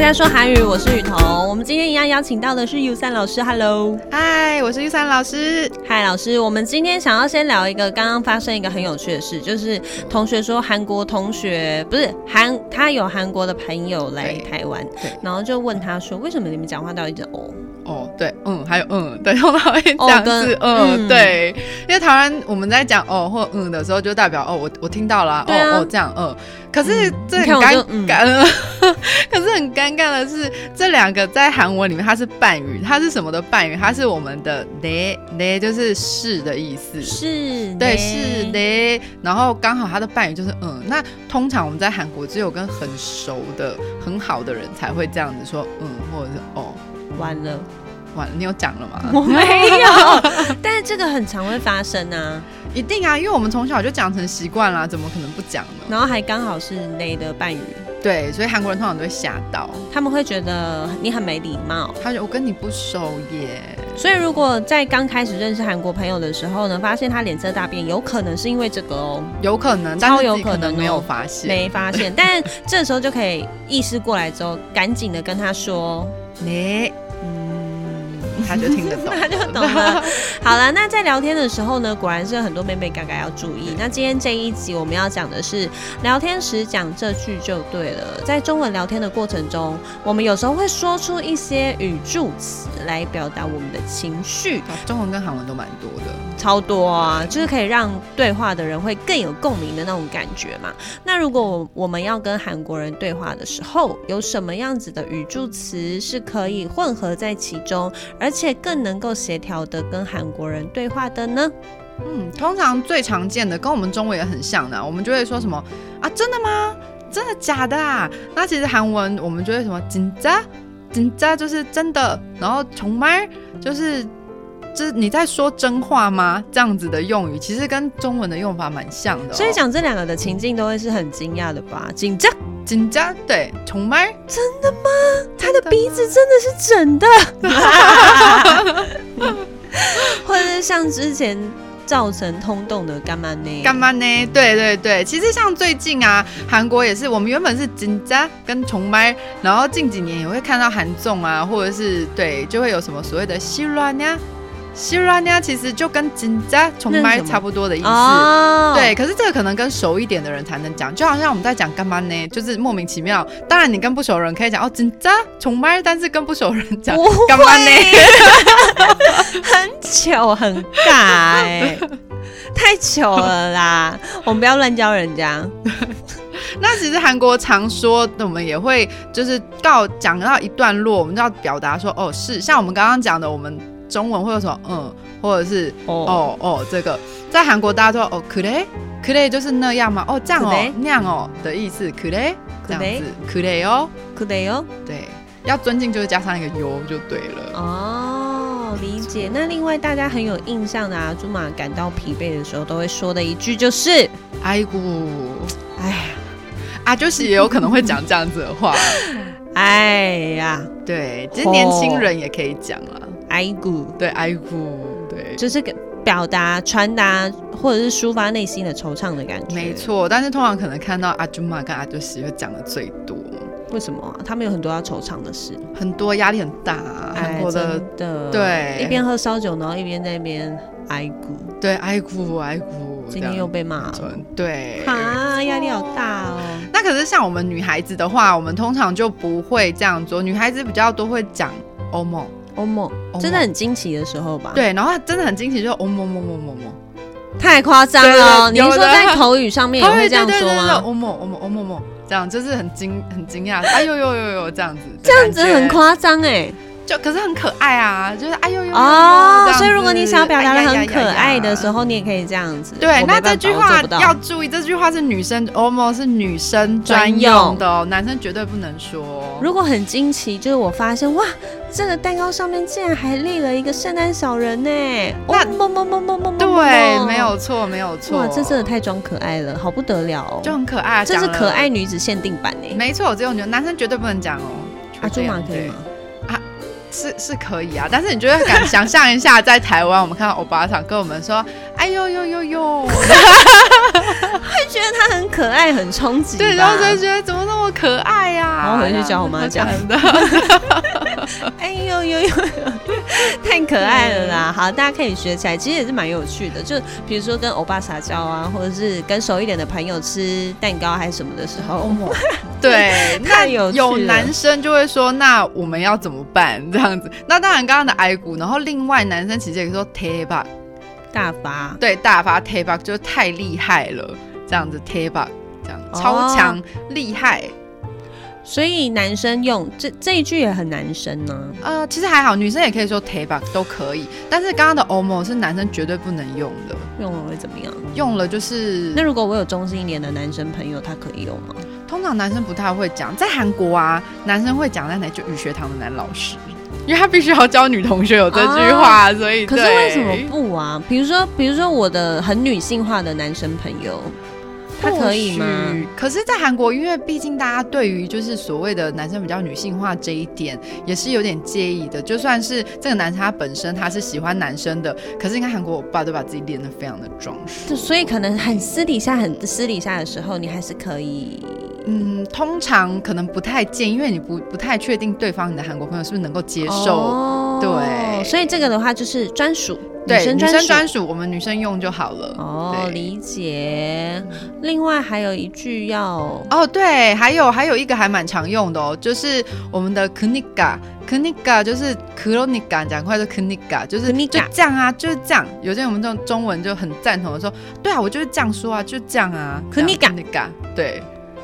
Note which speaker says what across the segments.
Speaker 1: 家说韩语，我是雨桐。我们今天一样邀请到的是 U 三老师，Hello，
Speaker 2: 嗨，我是玉山老师。
Speaker 1: 嗨老师。我们今天想要先聊一个刚刚发生一个很有趣的事，就是同学说韩国同学不是韩，他有韩国的朋友来
Speaker 2: 对
Speaker 1: 台湾
Speaker 2: 对，
Speaker 1: 然后就问他说，为什么你们讲话都要一直哦？
Speaker 2: 哦，对，嗯，还有嗯，对，通常会
Speaker 1: 哦
Speaker 2: 讲
Speaker 1: 跟
Speaker 2: 是嗯，
Speaker 1: 嗯
Speaker 2: 对，因为台湾我们在讲哦或嗯的时候，就代表哦，我我听到了啊，
Speaker 1: 对啊
Speaker 2: 哦哦这样嗯，可是
Speaker 1: 嗯
Speaker 2: 这
Speaker 1: 你
Speaker 2: 很
Speaker 1: 看我
Speaker 2: 尴
Speaker 1: 就
Speaker 2: 尬，
Speaker 1: 嗯
Speaker 2: 可是很尴尬的是，这两个在韩文里面它是半语，它是什么的半语？它是我们的嘞嘞，就是是的意思，
Speaker 1: 是，
Speaker 2: 对，是。嘞。然后刚好他的伴侣就是嗯，那通常我们在韩国只有跟很熟的、很好的人才会这样子说嗯，或者是哦。
Speaker 1: 完了，
Speaker 2: 完了，你有讲了吗？
Speaker 1: 我没有，但是这个很常会发生啊。
Speaker 2: 一定啊，因为我们从小就讲成习惯啦，怎么可能不讲呢？
Speaker 1: 然后还刚好是内的伴侣，
Speaker 2: 对，所以韩国人通常都会吓到，
Speaker 1: 他们会觉得你很没礼貌。
Speaker 2: 他就我跟你不熟耶。
Speaker 1: 所以，如果在刚开始认识韩国朋友的时候呢，发现他脸色大变，有可能是因为这个哦，
Speaker 2: 有可能，但
Speaker 1: 超
Speaker 2: 是
Speaker 1: 有
Speaker 2: 自己可
Speaker 1: 可能
Speaker 2: 能没有
Speaker 1: 哦
Speaker 2: 发现。
Speaker 1: 没发现。但这时候就可以意识过来之后，赶紧的跟他说，
Speaker 2: 你，嗯，他就听得 懂，
Speaker 1: 他就懂了。好了，那在聊天的时候呢，果然是有很多妹妹嘎嘎要注意。那今天这一集我们要讲的是，聊天时讲这句就对了。在中文聊天的过程中，我们有时候会说出一些语助词来表达我们的情绪。
Speaker 2: 中文跟韩文都蛮多的，
Speaker 1: 超多啊，就是可以让对话的人会更有共鸣的那种感觉嘛。那如果我我们要跟韩国人对话的时候，有什么样子的语助词是可以混合在其中，而且更能够协调的跟韩国人对话的呢？
Speaker 2: 嗯，通常最常见的跟我们中文也很像的啊、我们就会说什么啊，真的吗？真的假的啊？那其实韩文我们就会什么紧张，紧张就是真的，然后정말就是。就是你在说真话吗？这样子的用语其实跟中文的用法蛮像的哦、
Speaker 1: 所以讲这两个的情境都会是很惊讶的吧？紧张，
Speaker 2: 紧张，对，정말
Speaker 1: 真的吗？他的
Speaker 2: 真的吗
Speaker 1: 鼻子真的是整 的，或者是像之前造成轰动的干嘛呢？
Speaker 2: 干嘛呢？对对对，其实像最近啊，韩国也是，我们原本是紧张跟崇拜，然后近几年也会看到韩综啊，或者是对，就会有什么所谓的西软呀，西软呀，其实就跟紧张崇
Speaker 1: 那是
Speaker 2: 拜
Speaker 1: 什么
Speaker 2: 差不多的意思。
Speaker 1: 哦，
Speaker 2: 对，可是这个可能跟熟一点的人才能讲，就好像我们在讲干嘛呢，就是莫名其妙。当然，你跟不熟的人可以讲哦，紧张崇拜，但是跟不熟的人讲
Speaker 1: 不
Speaker 2: 干嘛呢？
Speaker 1: 很糗，很尬 哎、太糗了啦！我们不要乱教人家。
Speaker 2: 那其实韩国常说，我们也会就是到讲到一段落，我们就要表达说，哦，是像我们刚刚讲的，我们中文会有什么嗯，或者是
Speaker 1: 哦，
Speaker 2: 哦哦，这个在韩国大家都说哦可嘞可嘞就是那样嘛，哦这样
Speaker 1: 그래
Speaker 2: 哦那样哦的意思，可嘞这样
Speaker 1: 嘞
Speaker 2: 子，可嘞哦，
Speaker 1: 可得哟。
Speaker 2: 对，要尊敬就是加上一个哟就对 了。
Speaker 1: 哦，理解。那另外大家很有印象的啊，朱玛感到疲惫的时候都会说的一句就是
Speaker 2: 哎姑，
Speaker 1: “哎呀，
Speaker 2: 啊就是也有可能会讲这样子的话，
Speaker 1: 哎呀，
Speaker 2: 对，其实年轻人也可以讲啦，
Speaker 1: 哎姑
Speaker 2: 对，哎姑，对”，。
Speaker 1: 就是给表达、传达或者是抒发内心的惆怅的感觉。
Speaker 2: 没，错，但是通常可能看到阿朱玛跟阿朱西会讲的最多，
Speaker 1: 为什么啊、他们有很多要惆怅的事。
Speaker 2: 很多压力很大、啊。韩国的、
Speaker 1: 哎真的
Speaker 2: 对
Speaker 1: 一边喝烧酒，然后一边在那边挨鼓。
Speaker 2: 对爱哭爱哭，
Speaker 1: 今天又被骂
Speaker 2: 这
Speaker 1: 了
Speaker 2: 样对。
Speaker 1: 啊，压力好大哦。
Speaker 2: 那可是像我们女孩子的话，我们通常就不会这样做，女孩子比较多会讲欧梦，
Speaker 1: 欧梦
Speaker 2: 欧
Speaker 1: 真的很惊奇的时候吧？，
Speaker 2: 对，然后真的很惊奇，就是哦欧梦梦梦梦梦，
Speaker 1: 太夸张了哦。你
Speaker 2: 对对
Speaker 1: 是
Speaker 2: 有
Speaker 1: 说
Speaker 2: 的
Speaker 1: 在口语上面也会这样
Speaker 2: 对对
Speaker 1: 说
Speaker 2: 对对对哦
Speaker 1: 吗？
Speaker 2: 欧梦欧梦欧梦梦，这样就是很惊很惊讶，哎呦呦呦呦这样子，
Speaker 1: 这样子很，夸张哎
Speaker 2: 就可是很可爱啊，就是哎呦呦呦呦这
Speaker 1: 哦，
Speaker 2: 样
Speaker 1: 所以如果
Speaker 2: 子
Speaker 1: 你想要表达的
Speaker 2: 哎呀
Speaker 1: 很
Speaker 2: 呀
Speaker 1: 可
Speaker 2: 呀
Speaker 1: 爱
Speaker 2: 呀
Speaker 1: 的时候，你也可以这样子。
Speaker 2: 对，
Speaker 1: 我没
Speaker 2: 那
Speaker 1: 办法
Speaker 2: 这句
Speaker 1: 我做
Speaker 2: 话
Speaker 1: 不到
Speaker 2: 要注意，这句话是女生 almost 是女生专用的哦，男生绝对不能说。
Speaker 1: 如果很惊奇，就是我发现哇，这个蛋糕上面竟然还立了一个圣诞小人呢！哦，
Speaker 2: 那
Speaker 1: 么么么么么，
Speaker 2: 对，没有错，没有错，
Speaker 1: 哇，这真的太装可爱了，好不得了哦！
Speaker 2: 就很可爱，
Speaker 1: 这是
Speaker 2: 讲了
Speaker 1: 可爱，女子限定版哎。
Speaker 2: 没错，只有女男生绝对不能讲哦。
Speaker 1: 阿
Speaker 2: 就
Speaker 1: 朱
Speaker 2: 这样
Speaker 1: 玛可以吗？？
Speaker 2: 是是可以啊，但是你就会敢想象一下，在台湾我们看到欧巴桑跟我们说，哎呦呦呦呦，
Speaker 1: 会觉得它很可爱，很冲击吧。
Speaker 2: 对，然后 就觉得怎么那么可爱呀、啊？
Speaker 1: 然后回去教我妈讲
Speaker 2: 的。
Speaker 1: 哎呦呦呦，太可爱了啦！
Speaker 2: 嗯
Speaker 1: 好，大家可以学起来，其实也是蛮有趣的。就比如说跟欧巴撒娇啊，或者是跟熟一点的朋友吃蛋糕还是什么的时
Speaker 2: 哦
Speaker 1: 候，
Speaker 2: 对，那
Speaker 1: 太有趣
Speaker 2: 有
Speaker 1: 了
Speaker 2: 男生就会说，那我们要怎么办？这样子。那当然，刚刚的挨骨，然后另外男生其实也说 t a b a
Speaker 1: 大发。
Speaker 2: 对，大发 t a b a 就太厉害了，这样子 t a b a 这样
Speaker 1: 哦
Speaker 2: 超强厉害。
Speaker 1: 所以男生用这这一句也很男生啊呢、
Speaker 2: 呃，其实还好，女生也可以说 t a b a 都可以，但是刚刚的 omo 是男生绝对不能用的，
Speaker 1: 用了会怎么样？
Speaker 2: 用了就是
Speaker 1: 那如果我有中性一点的男生朋友，他可以用吗？
Speaker 2: 通常男生不太会讲，在韩国啊，男生会讲在哪就语学堂的男老师，因为他必须要教女同学有这句话，所以
Speaker 1: 可是
Speaker 2: 对
Speaker 1: 为什么不啊？比如说，比如说我的很女性化的男生朋友，他可以吗？
Speaker 2: 或许可是，在韩国，因为毕竟大家对于就是所谓的男生比较女性化这一点，也是有点介意的。就算是这个男生他本身他是喜欢男生的，可是你看韩国欧巴都把自己练得非常的壮硕。
Speaker 1: 就所以可能很私底下、很私底下的时候，你还是可以。
Speaker 2: 嗯，通常可能不太建议，因为你不不太确定对方你的韩国朋友是不是能够接受。
Speaker 1: 哦
Speaker 2: 对
Speaker 1: 所以这个的话就是专属
Speaker 2: 对，
Speaker 1: 女生
Speaker 2: 女
Speaker 1: 专
Speaker 2: 生
Speaker 1: 属。
Speaker 2: 专属，我们女生用就好了。
Speaker 1: 哦，
Speaker 2: 对
Speaker 1: 理解。另外还有一句要
Speaker 2: 哦，对，还有还有一个还蛮常用的哦，就是我们的 kunika kunika 就是 kuronika，讲快就 kunika，就是
Speaker 1: kunika
Speaker 2: 就这样啊，就是这样。有些人我们这种中文就很赞同的说，对啊，我就是这样说啊，就这样啊
Speaker 1: kunika
Speaker 2: 这样 kunika，对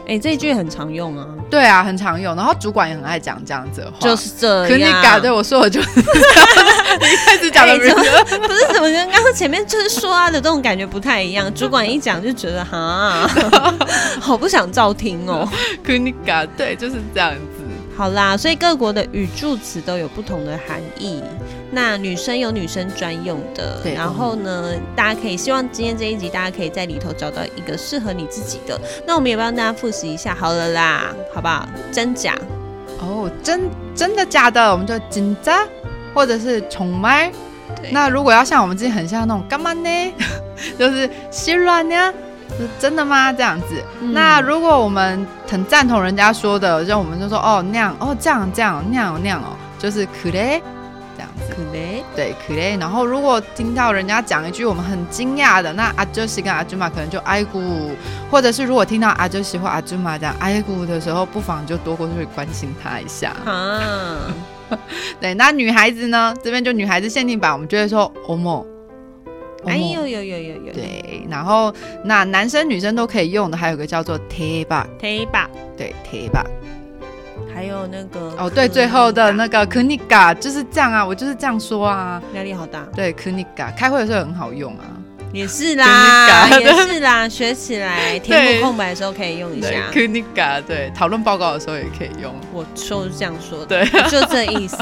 Speaker 1: 哎、这一句很常用啊，
Speaker 2: 对啊，很常用。然后主管也很爱讲这样子的话，
Speaker 1: 就是这样。
Speaker 2: kunika，对我说我就是 你一开始讲的
Speaker 1: 哎
Speaker 2: 名
Speaker 1: 怎
Speaker 2: 字，
Speaker 1: 不是怎么跟刚刚前面就是说啊的这种感觉不太一样。主管一讲就觉得哈， 好不想照听哦。
Speaker 2: kunika，对，就是这样子。
Speaker 1: 好啦，所以各国的语助词都有不同的含义。那女生有女生专用的，
Speaker 2: 对
Speaker 1: 然后呢，大家可以希望今天这一集大家可以在里头找到一个适合你自己的。那我们也帮大家复习一下，好了啦，好不好？真假
Speaker 2: 哦，真真的假的？我们就紧张，或者是宠麦
Speaker 1: 对。
Speaker 2: 那如果要像我们之前很像那种干嘛呢？ 就是希软呢？是真的吗？这样子。
Speaker 1: 嗯
Speaker 2: 那如果我们很赞同人家说的，就我们就说哦那样哦这样这样那样那样哦，就是可嘞这样子。
Speaker 1: 可能
Speaker 2: 对可嘞。然后如果听到人家讲一句我们很惊讶的，那阿周西跟阿朱玛可能就哎咕，或者是如果听到阿周西或阿朱玛讲哎咕的时候，不妨就多过去关心他一下。哦
Speaker 1: 啊，
Speaker 2: 对，那女孩子呢？这边就女孩子限定版，我们就会说欧某，
Speaker 1: 哎
Speaker 2: 欧某
Speaker 1: 呦呦呦呦呦，
Speaker 2: 对，然后那男生女生都可以用的，还有个叫做 t a b a
Speaker 1: 推吧，
Speaker 2: 对 t a b a
Speaker 1: 还有那个
Speaker 2: 哦，对，最后的那
Speaker 1: 个
Speaker 2: 个 kunika 就是这样啊，我就是这样说啊，
Speaker 1: 压力好大。
Speaker 2: 对 kunika，开会的时候很好用啊，
Speaker 1: 也是啦，
Speaker 2: 真的
Speaker 1: 也
Speaker 2: 假的
Speaker 1: 是啦，学起来，填
Speaker 2: 对
Speaker 1: 补空白的时候可以用一
Speaker 2: 对
Speaker 1: 下。
Speaker 2: kunika，对，讨论报告的时候也可以用，
Speaker 1: 我就是这样说的，
Speaker 2: 对，
Speaker 1: 就这意思。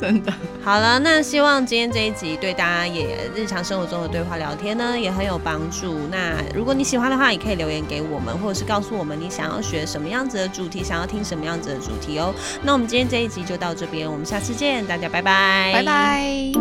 Speaker 2: 真的，
Speaker 1: 好了，那希望今天这一集对大家也日常生活中的对话聊天呢也很有帮助。那如果你喜欢的话，也可以留言给我们，或者是告诉我们你想要学什么样子的主题，想要听什么样子的主题哎哦。那我们今天这一集就到这边，我们下次见，大家拜拜，
Speaker 2: 拜拜。